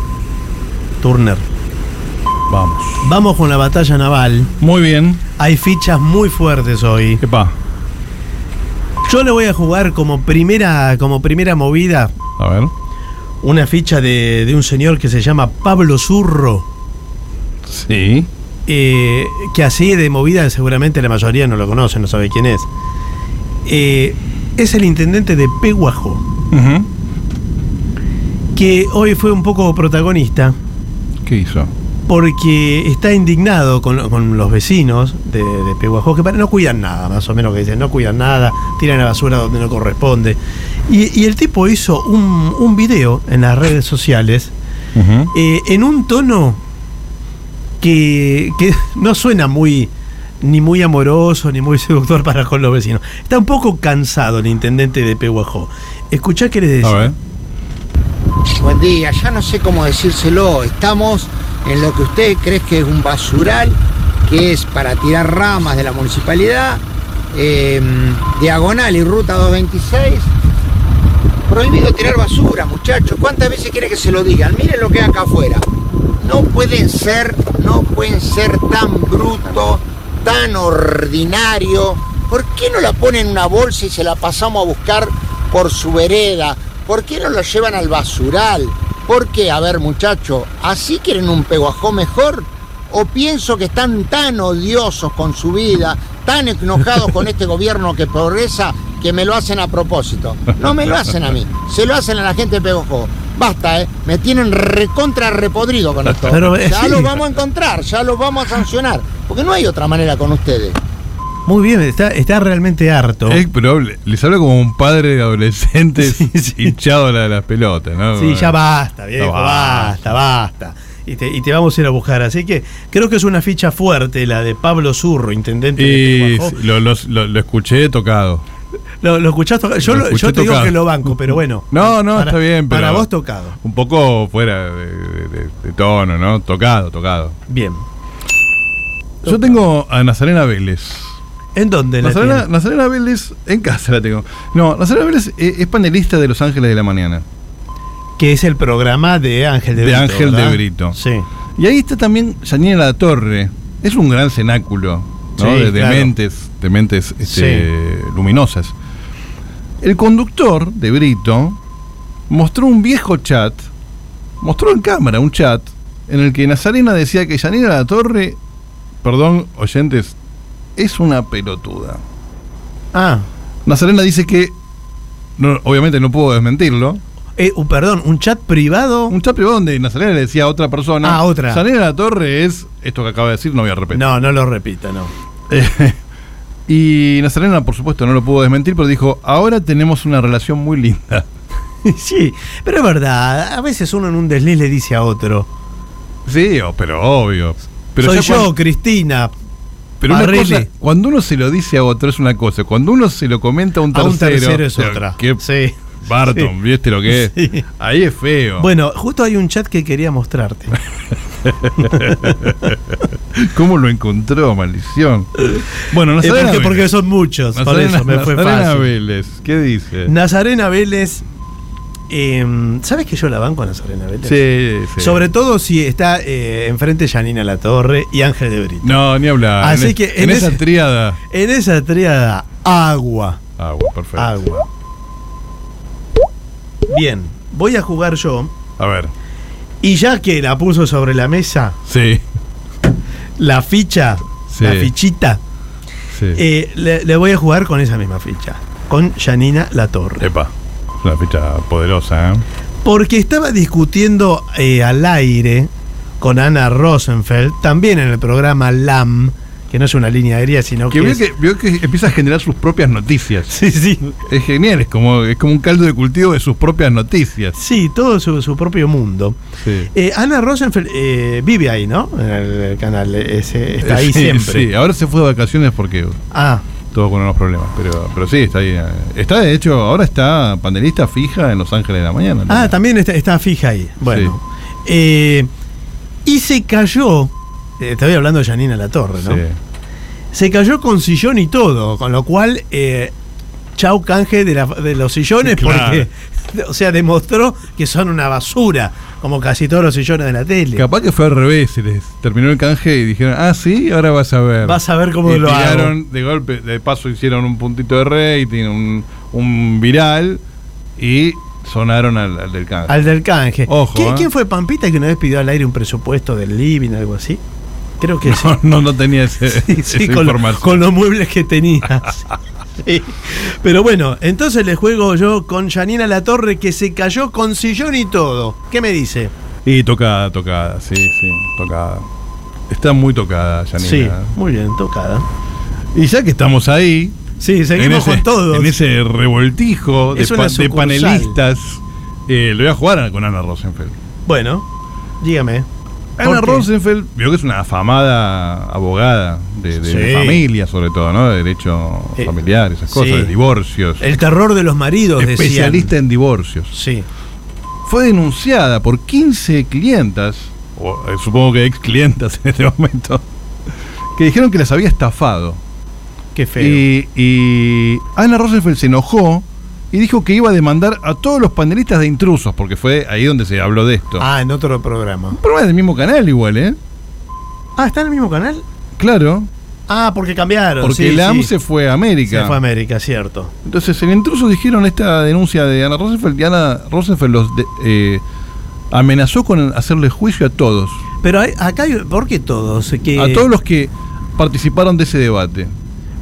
Turner. Vamos. Vamos con la batalla naval. Muy bien. Hay fichas muy fuertes hoy. ¿Qué pa? Yo le voy a jugar como primera, como primera movida A ver. una ficha de, de un señor que se llama Pablo Zurro. Sí. eh, que así de movida seguramente la mayoría no lo conoce, no sabe quién es. Eh, es el intendente de Peguajo, Ujú. que hoy fue un poco protagonista ¿Qué hizo? porque está indignado con, lo- con los vecinos de, de Pehuajó, que para- no cuidan nada, más o menos que dicen, no cuidan nada, tiran la basura donde no corresponde. Y, y el tipo hizo un, un video en las redes sociales Ujú. eh, en un tono que, que no suena muy ni muy amoroso ni muy seductor para con los vecinos. Está un poco cansado el intendente de Pehuajó. Escuchá qué le A decía. ver. Buen día, ya no sé cómo decírselo, estamos en lo que usted cree que es un basural, que es para tirar ramas de la municipalidad, eh, diagonal y ruta 226. Prohibido tirar basura, muchachos, ¿cuántas veces quiere que se lo digan? Miren lo que hay acá afuera. No pueden ser, no pueden ser tan bruto, tan ordinario. ¿Por qué no la ponen en una bolsa y se la pasamos a buscar por su vereda? ¿Por qué no lo llevan al basural? ¿Por qué? A ver, muchachos, ¿así quieren un peguajó mejor? ¿O pienso que están tan odiosos con su vida, tan enojados con este gobierno que progresa, que me lo hacen a propósito? No me lo hacen a mí, se lo hacen a la gente de Peguajó. Basta, ¿eh? Me tienen recontra repodrido con esto. Pero, eh, ya sí. los vamos a encontrar, ya los vamos a sancionar, porque no hay otra manera con ustedes. Muy bien, está, está realmente harto. Es probable. Les hablo como un padre de adolescentes hinchado a la de las pelotas, ¿no? Sí, ya basta, viejo, No, basta, basta. Y te, y te vamos a ir a buscar. Así que creo que es una ficha fuerte la de Pablo Zurro, intendente de Y Pehuajó. lo, los- lo- lo escuché tocado. Lo, lo escuchaste toca- Yo, Lo lo- yo escuché te digo tocado. que lo banco, pero bueno. No, no, Para- está bien, pero. Para vos tocado. Un poco fuera de, de- de tono, ¿no? Tocado, tocado. Bien. Yo tengo a Nazarena Vélez. ¿En dónde la Nazarena, tiene? Nazarena Vélez, en casa la tengo. No, Nazarena Vélez eh, es panelista de Los Ángeles de la Mañana. Que es el programa de Ángel de, De Brito. Ángel de ¿verdad? Brito. Sí. Y ahí está también Yanina La Torre. Es un gran cenáculo, ¿no? Sí, de, de claro. mentes, de mentes este, luminosas. El conductor de Brito mostró un viejo chat, mostró en cámara un chat en el que Nazarena decía que Yanina La Torre, perdón, oyentes, es una pelotuda. Ah, Nazarena dice que, no, obviamente no puedo desmentirlo, eh, uh, perdón, un chat privado. un chat privado donde Nazarena le decía a otra persona. Ah, otra. Nazarena La Torre es, esto que acaba de decir, no voy a repetir. No, no lo repita, no. y Nazarena, por supuesto, no lo pudo desmentir, pero dijo, ahora tenemos una relación muy linda. sí, pero es verdad. A veces uno en un desliz le dice a otro. Sí, o- pero obvio. Pero Soy ya yo, cuan- Cristina. pero una Parrilli. cosa, cuando uno se lo dice a otro es una cosa, cuando uno se lo comenta a un A tercero, un tercero es o sea, otra. qué Sí. Barton, ¿viste lo que es? Sí. Ahí es feo. Bueno, justo hay un chat que quería mostrarte. ¿Cómo lo encontró? Maldición. Bueno, Eh, Nazarena porque, porque Vélez. son muchos, por Nazarena- eso me fue Nazarena fácil. Vélez, ¿qué dice? Nazarena Vélez eh, ¿sabes que yo la banco a la Serena Vélez? Sí, sí. Sobre todo si está eh, enfrente Janina La Torre y Ángel de Brito. No, ni hablar. Así en, que en en esa ese- triada. En esa triada, agua. Agua, perfecto. Agua. Bien, voy a jugar yo. A ver. Y ya que la puso sobre la mesa, Sí, la ficha, Sí. la fichita, sí. eh, le, le voy a jugar con esa misma ficha. Con Janina La Torre. Epa. Es una ficha poderosa, ¿eh? Porque estaba discutiendo eh, al aire con Ana Rosenfeld, también en el programa LAM, que no es una línea aérea, sino Que que. vio, es- que vio que empieza a generar sus propias noticias. Sí, sí. Es genial, es como, es como un caldo de cultivo de sus propias noticias. Sí, todo su, su propio mundo. Sí. Eh, Ana Rosenfeld eh, vive ahí, ¿no? En el canal, eh, ese- está ahí Sí, siempre. Sí, ahora se fue de vacaciones porque Ah, tuvo con unos problemas. Pero, pero sí, está ahí. eh. Está, de hecho, ahora está panelista fija en Los Ángeles de la Mañana. ah, también está, está fija ahí. Bueno. Eh, y se cayó, eh, estoy hablando de Janina Latorre, ¿no? Sí. Se cayó con sillón y todo, con lo cual, eh, chau canje de, la- de los sillones, Claro. porque, o sea, demostró que son una basura, como casi todos los sillones de la tele. Capaz que fue al revés, se les terminó el canje y dijeron, ah, sí, ahora vas a ver. Vas a ver cómo y lo Eh, tiraron de golpe, de paso hicieron un puntito de rating, un, un viral y sonaron al, al del canje. Al del canje. Ojo, ¿Quién, eh. quién fue Pampita que una vez pidió al aire un presupuesto del living, algo así? Creo que sí. No, no, no tenía ese, Sí, sí, esa con, información. con los muebles que tenía. Sí. Pero bueno, entonces le juego yo con Janina Latorre que se cayó con sillón y todo. ¿Qué me dice? Y tocada, tocada, sí, sí, tocada. Está muy tocada, Sí, Janina. muy bien, tocada. Y ya que estamos ahí, Sí, en seguimos ese, con todos. en ese revoltijo de, Es una pa- de sucursal. panelistas, eh, le voy a jugar a- con Ana Rosenfeld. Bueno, dígame. Ana ¿Por qué? Rosenfeld, vio que es una afamada abogada de, de Sí. familia, sobre todo, ¿no? De derecho Eh, familiar, esas sí. cosas, de divorcios. El terror de los maridos, decían. especialista en divorcios. Sí. Fue denunciada por 15 clientas, o, eh, supongo que ex clientas en este momento, que dijeron que las había estafado. Qué feo. Y, y Ana Rosenfeld se enojó y dijo que iba a demandar a todos los panelistas de intrusos, porque fue ahí donde se habló de esto. Ah, en otro programa. Un programa del mismo canal igual, ¿eh? Ah, ¿está en el mismo canal? Claro, Ah, porque cambiaron. porque sí, el AM sí. se fue a América. Se fue a América, cierto. Entonces, en intrusos dijeron esta denuncia de Ana Rosenfeld y Ana Rosenfeld los de- eh, amenazó con hacerle juicio a todos. Pero hay- acá hay, ¿por qué todos? Que- a todos los que participaron de ese debate.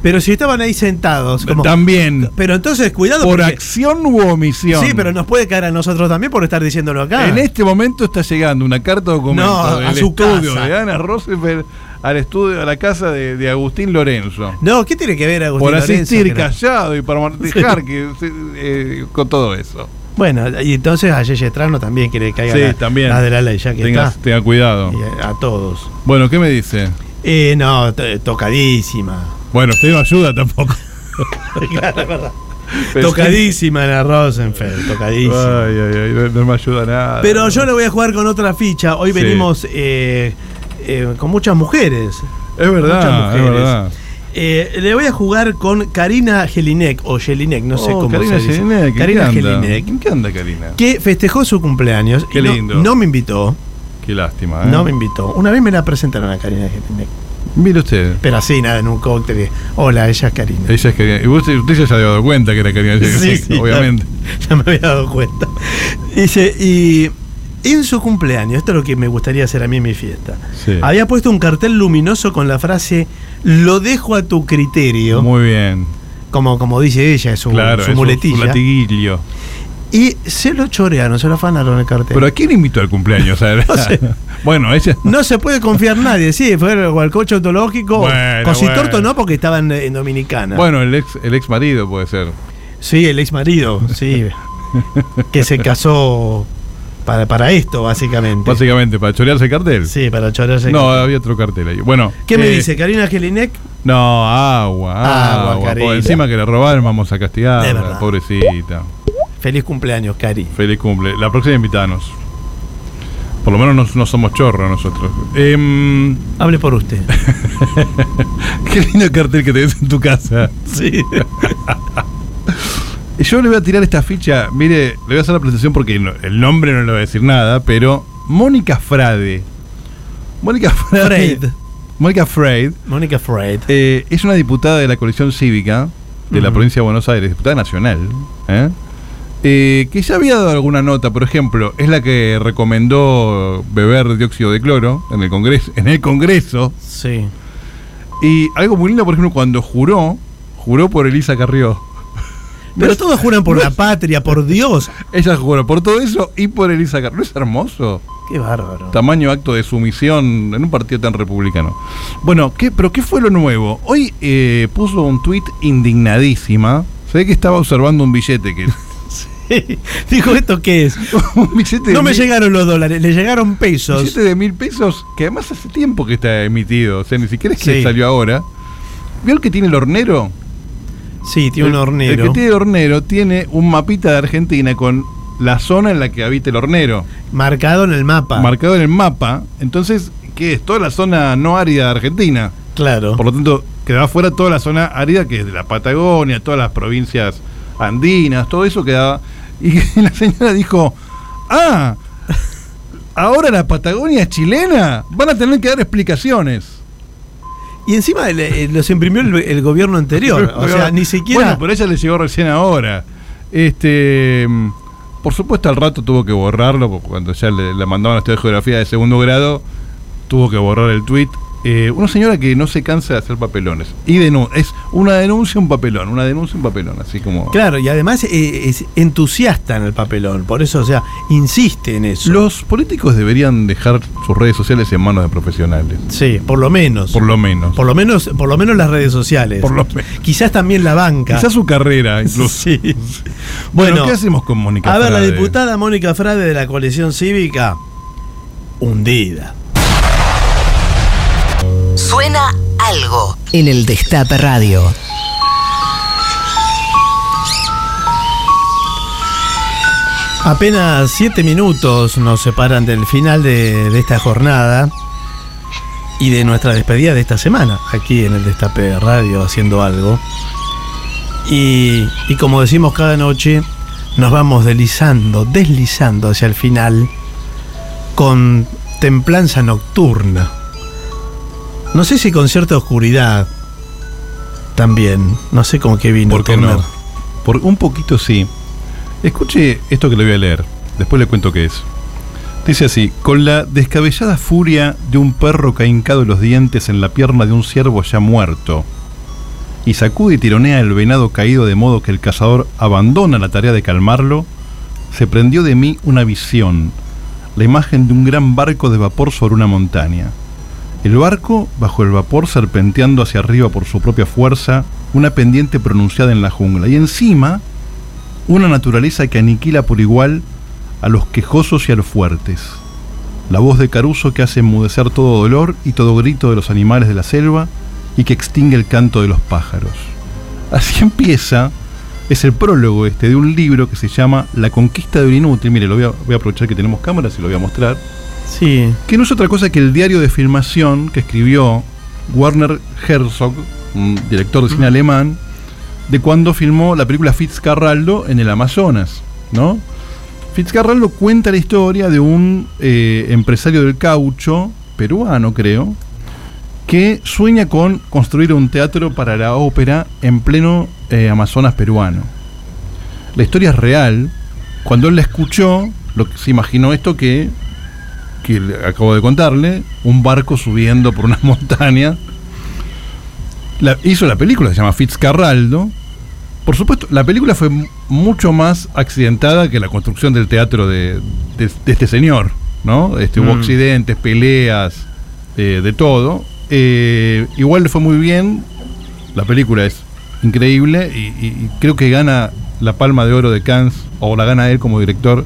Pero si estaban ahí sentados, como- También, Pero entonces, cuidado por porque- acción u omisión. Sí, pero nos puede caer a nosotros también por estar diciéndolo acá. En este momento está llegando una carta de documento No, a- del a su estudio casa. de Ana Rosenfeld al estudio, a la casa de, de Agustín Lorenzo. No, ¿qué tiene que ver Agustín por Lorenzo, asistir que no? callado y para dejar que eh, con todo eso. Bueno, y entonces a Yeye Trano también quiere que caiga Sí, la- también. la de la ley, ya que Tenga, está. tenga cuidado. Y eh, a- a todos. Bueno, ¿qué me dice? Eh, no, to- tocadísima. Bueno, usted no ayuda tampoco. Claro, es verdad. Pero- tocadísima la Rosenfeld, Ay, tocadísima. ay, ay, no, no me ayuda nada. Pero yo le voy a jugar con otra ficha. Hoy Sí. venimos eh, eh, con muchas mujeres. Es verdad, muchas es mujeres. verdad. Eh, le voy a jugar con Karina Jelinek o Jelinek, no sé Oh, cómo Karina se dice. Jelinek, Karina ¿en qué anda? Jelinek, ¿En qué anda Karina? que festejó su cumpleaños. Qué y no- lindo. No, me invitó, Qué lástima, ¿eh? no me invitó. Una vez me la presentaron a Karina Jelinek, Mire usted. pero así, nada, en un cóctel. Hola, ella es Karina. Ella es Karina. Y usted, usted ya se había dado cuenta que era Karina Sí, Jelinek, sí, obviamente. Ya, ya me había dado cuenta. Dice, y en su cumpleaños, esto es lo que me gustaría hacer a mí en mi fiesta, Sí. había puesto un cartel luminoso con la frase, lo dejo a tu criterio, Muy bien. como, como dice ella, es su, claro, su es muletilla. Su latiguillo. y se lo chorearon, se lo afanaron el cartel. Pero ¿a quién invitó al cumpleaños? A ver. No sé. Bueno, ella. no se puede confiar en nadie, sí, fue el coche autológico. Bueno, Cositorto bueno. no, porque estaban eh, en, en Dominicana. Bueno, el ex, el ex marido puede ser. Sí, el ex marido, sí. que se casó para, para esto, básicamente. Básicamente, para chorearse el cartel. Sí, para chorarse. No, había otro cartel ahí. Bueno. ¿Qué me eh, dice? Karina Gelinek. No, agua, Agua, agua. por Karina. encima que la robaron, vamos a Es castigarla. verdad. Pobrecita. Feliz cumpleaños, Cari. Feliz cumple. La próxima invitanos. Por lo menos no, no somos chorros nosotros. Em, Hable por usted. qué lindo cartel que tenés en tu casa. Sí. Yo le voy a tirar esta ficha, mire, le voy a hacer la presentación porque no- el nombre no le voy a decir nada, pero Mónica Frade. Mónica Frade. Freud. Mónica Frade Mónica Freud. eh, es una diputada de la coalición cívica de la Ujú. provincia de Buenos Aires, diputada nacional, ¿eh? Eh, que ya había dado alguna nota, por ejemplo, es la que recomendó beber dióxido de cloro en el Congreso, en el Congreso. Sí. Y algo muy lindo, por ejemplo, cuando juró, juró por Elisa Carrió. Pero todos juran por la patria, por Dios. Ella juró por todo eso y por Elisa Carrió. ¿No es hermoso? Qué bárbaro. Tamaño acto de sumisión en un partido tan republicano. Bueno, ¿qué, pero ¿qué fue lo nuevo? Hoy eh, puso un tuit indignadísima. Se ve que estaba observando un billete que. Dijo, ¿esto qué es? un billete de No me mil- llegaron los dólares, le llegaron un pesos. billete de mil pesos que además hace tiempo que está emitido. O sea, ni siquiera es que Sí. salió ahora. ¿Vio el que tiene el hornero? Sí, tiene un El- hornero. El que tiene hornero tiene un mapita de Argentina con la zona en la que habita el hornero, Marcado en el mapa. marcado en el mapa. Entonces, ¿qué es? Toda la zona no árida de Argentina. claro. Por lo tanto, quedaba fuera toda la zona árida que es de la Patagonia, todas las provincias andinas, todo eso quedaba. Y la señora dijo: Ah, ahora la Patagonia es chilena, van a tener que dar explicaciones. Y encima le- eh, los imprimió el, el gobierno anterior. O sea, ni siquiera. Bueno, pero ella le llegó recién ahora. Este. mm, Por supuesto, al rato tuvo que borrarlo, porque cuando ya le, la mandaban a estudiar geografía de segundo grado, tuvo que borrar el tweet. Eh, una señora que no se cansa de hacer papelones. Y denu- es una denuncia, un papelón, una denuncia, un papelón, así como. Claro, y además eh, es entusiasta en el papelón. Por eso, o sea, insiste en eso. Los políticos deberían dejar sus redes sociales en manos de profesionales, Sí, por lo menos. por lo menos. Por lo menos, por lo menos las redes sociales. Por lo menos. Quizás también la banca. Quizás su carrera, incluso. Sí. Bueno, Bueno, ¿qué hacemos con Mónica a ver, la Frade? diputada Mónica Frade de la coalición cívica, hundida. Suena algo en el Destape Radio. Apenas siete minutos nos separan del final de, de esta jornada y de nuestra despedida de esta semana, aquí en el Destape Radio haciendo algo. Y, y como decimos cada noche, nos vamos deslizando, deslizando hacia el final con templanza nocturna. No sé si con cierta oscuridad también, no sé con qué vino. ¿Por qué no? Turner. Por un poquito sí. Escuche esto que le voy a leer. Después le cuento qué es. Dice así, con la descabellada furia de un perro que ha hincado los dientes en la pierna de un ciervo ya muerto, y sacude y tironea el venado caído de modo que el cazador abandona la tarea de calmarlo, se prendió de mí una visión, la imagen de un gran barco de vapor sobre una montaña. El barco, bajo el vapor, serpenteando hacia arriba por su propia fuerza, una pendiente pronunciada en la jungla. Y encima, una naturaleza que aniquila por igual a los quejosos y a los fuertes. La voz de Caruso que hace enmudecer todo dolor y todo grito de los animales de la selva y que extingue el canto de los pájaros. Así empieza, es el prólogo este de un libro que se llama La conquista de un inútil. Mire, lo voy a, voy a aprovechar que tenemos cámaras y lo voy a mostrar Sí, que no es otra cosa que el diario de filmación que escribió Werner Herzog, un director de cine alemán, de cuando filmó la película Fitzcarraldo en el Amazonas, ¿no? Fitzcarraldo cuenta la historia de un eh, empresario del caucho, peruano creo, que sueña con construir un teatro para la ópera en pleno eh, Amazonas peruano. La historia es real. Cuando él la escuchó, lo que se imaginó esto que que le- acabo de contarle, un barco subiendo por una montaña. La- hizo la película, se llama Fitzcarraldo. Por supuesto, la película fue mu- mucho más accidentada que la construcción del teatro de, de- de este señor, ¿no? Este, Hubo Mm. accidentes, peleas, eh, de todo. Eh, igual le fue muy bien. La película es increíble y- y- y creo que gana la palma de oro de Cannes, o la gana él como director,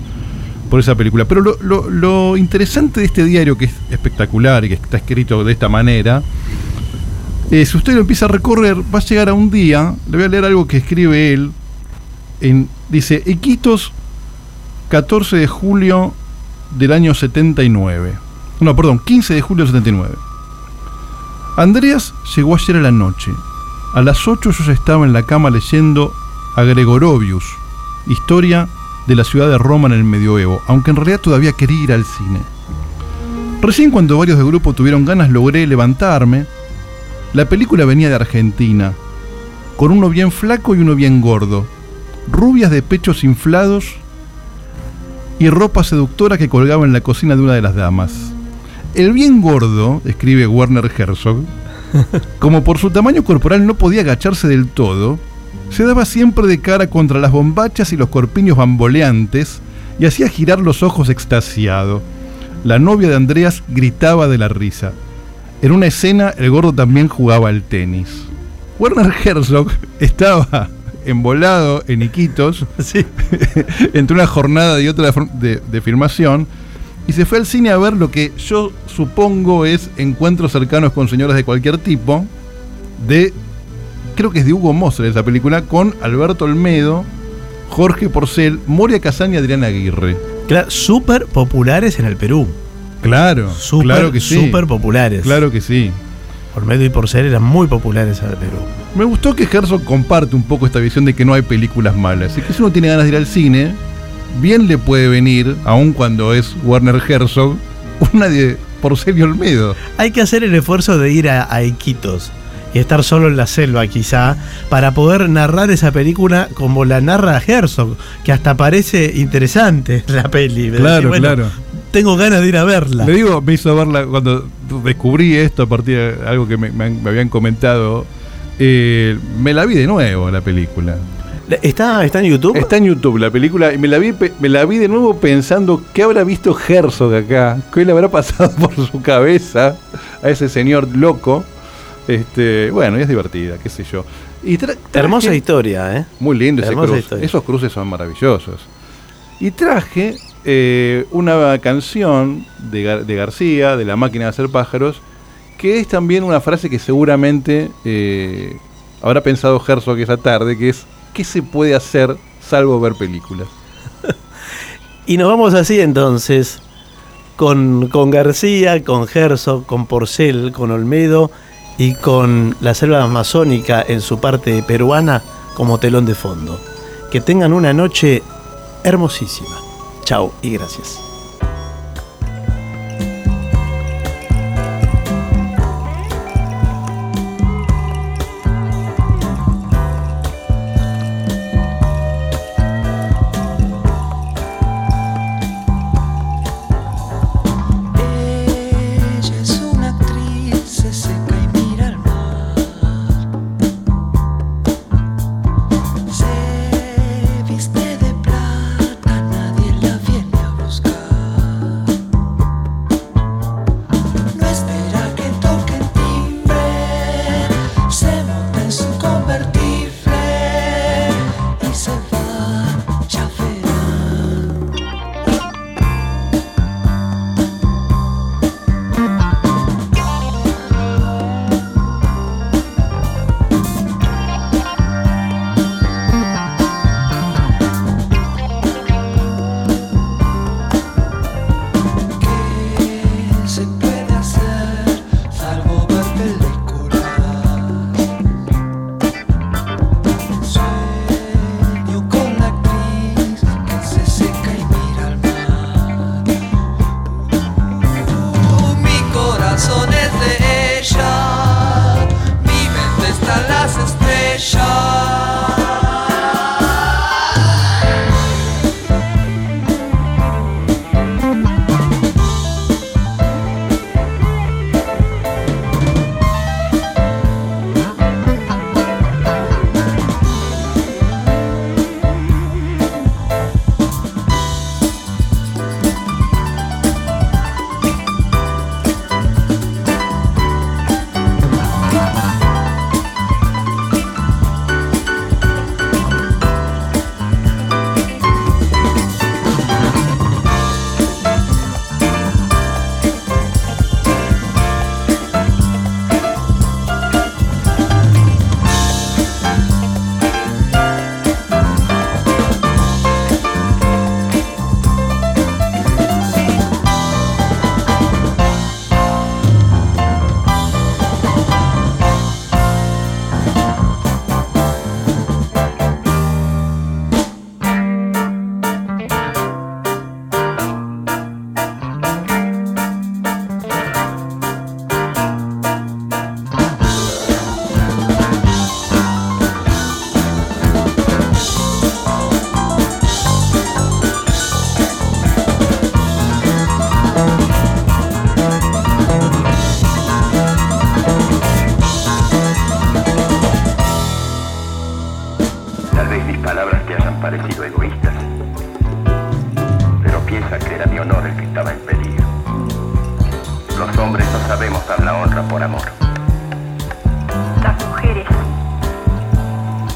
por esa película. Pero lo, lo- lo interesante de este diario, que es espectacular y que está escrito de esta manera, eh, si usted lo empieza a recorrer, va a llegar a un día, le voy a leer algo que escribe él, en- dice, Iquitos, 14 de julio del año 79. No, perdón, 15 de julio del 79. Andreas llegó ayer a la noche. A las 8 yo ya estaba en la cama leyendo a Gregorovius, Historia de la ciudad de Roma en el medioevo, aunque en realidad todavía quería ir al cine. Recién cuando varios del grupo tuvieron ganas logré levantarme. La película venía de Argentina, con uno bien flaco y uno bien gordo, rubias de pechos inflados y ropa seductora que colgaba en la cocina de una de las damas. El bien gordo, escribe Werner Herzog, como por su tamaño corporal no podía agacharse del todo, se daba siempre de cara contra las bombachas y los corpiños bamboleantes y hacía girar los ojos extasiado. La novia de Andreas gritaba de la risa. En una escena, el gordo también jugaba al tenis. Werner Herzog estaba embolado en Iquitos, entre una jornada y otra de, de filmación, y se fue al cine a ver lo que yo supongo es encuentros cercanos con señoras de cualquier tipo, de, creo que es de Hugo Moser esa película, con Alberto Olmedo, Jorge Porcel, Moria Casán y Adrián Aguirre. Claro, súper populares en el Perú. Claro, Súper, claro que sí. súper populares. Claro que sí. Por medio y por ser eran muy populares en el Perú. Me gustó que Herzog comparte un poco esta visión de que no hay películas malas. Y que si uno tiene ganas de ir al cine, bien le puede venir, aun cuando es Werner Herzog, una de Porcelio Olmedo. Hay que hacer el esfuerzo de ir a, a Iquitos y estar solo en la selva quizá para poder narrar esa película como la narra Herzog, que hasta parece interesante la peli. de Claro, bueno, claro. Tengo ganas de ir a verla. Le digo, me hizo verla cuando descubrí esto a partir de algo que me, me han- me habían comentado. eh, me la vi de nuevo la película. ¿Está, ¿Está en YouTube? Está en YouTube la película y me la vi, pe- me la vi de nuevo pensando qué habrá visto Herzog acá, qué le habrá pasado por su cabeza a ese señor loco. Este, bueno, y es divertida, qué sé yo. Y tra- Hermosa traje- historia, ¿eh? Muy lindo ese hermosa cruce. historia. Esos cruces son maravillosos. Y traje eh, una canción de, Gar- de García, de La máquina de hacer pájaros, que es también una frase que seguramente eh, habrá pensado Herzog esa tarde, que es, ¿qué se puede hacer salvo ver películas? Y nos vamos así entonces, con, con García, con Herzog, con Porcel, con Olmedo y con la selva amazónica en su parte peruana como telón de fondo. Que tengan una noche hermosísima. Chao y gracias. Ella es una actriz, se seca y mira al mar. Se viste de plata, nadie la viene a buscar. han parecido egoístas, pero piensa que era mi honor el que estaba en peligro. Los hombres no sabemos dar la honra por amor. Las mujeres.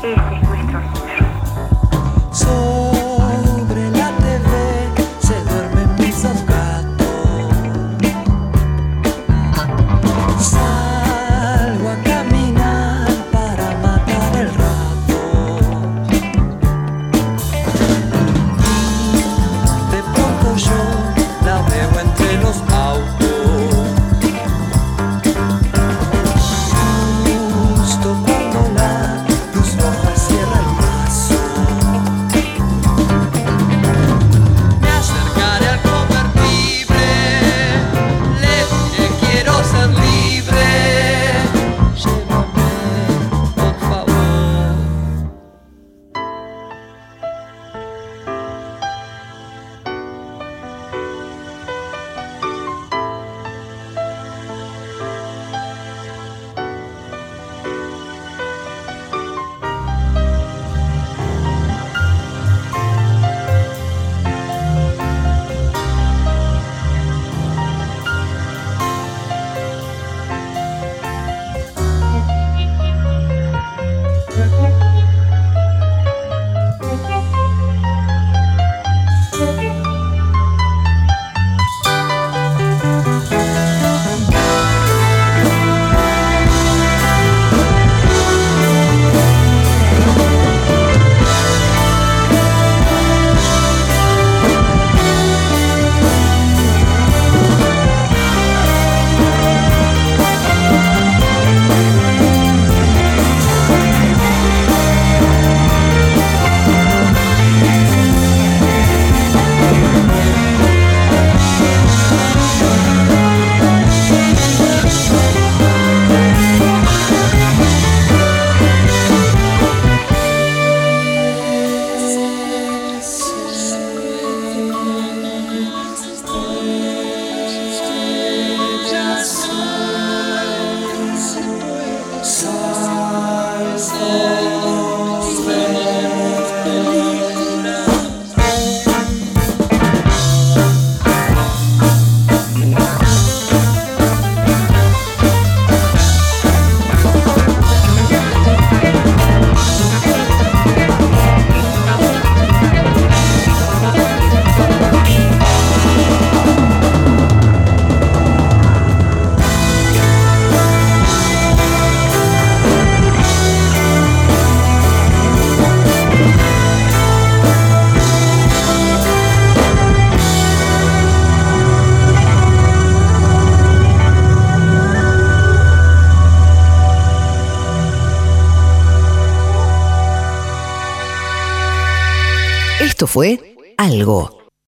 Ese es nuestro orgullo. Sobre la TV se duermen mis dos gatos. Salgo a caminar para matar el rato. Y de pronto yo la veo entre los autos. Justo cuando la luz roja cierra el paso. Me acercaré al convertible, le diré quiero ser libre. Llévame, por favor. Esto fue Algo,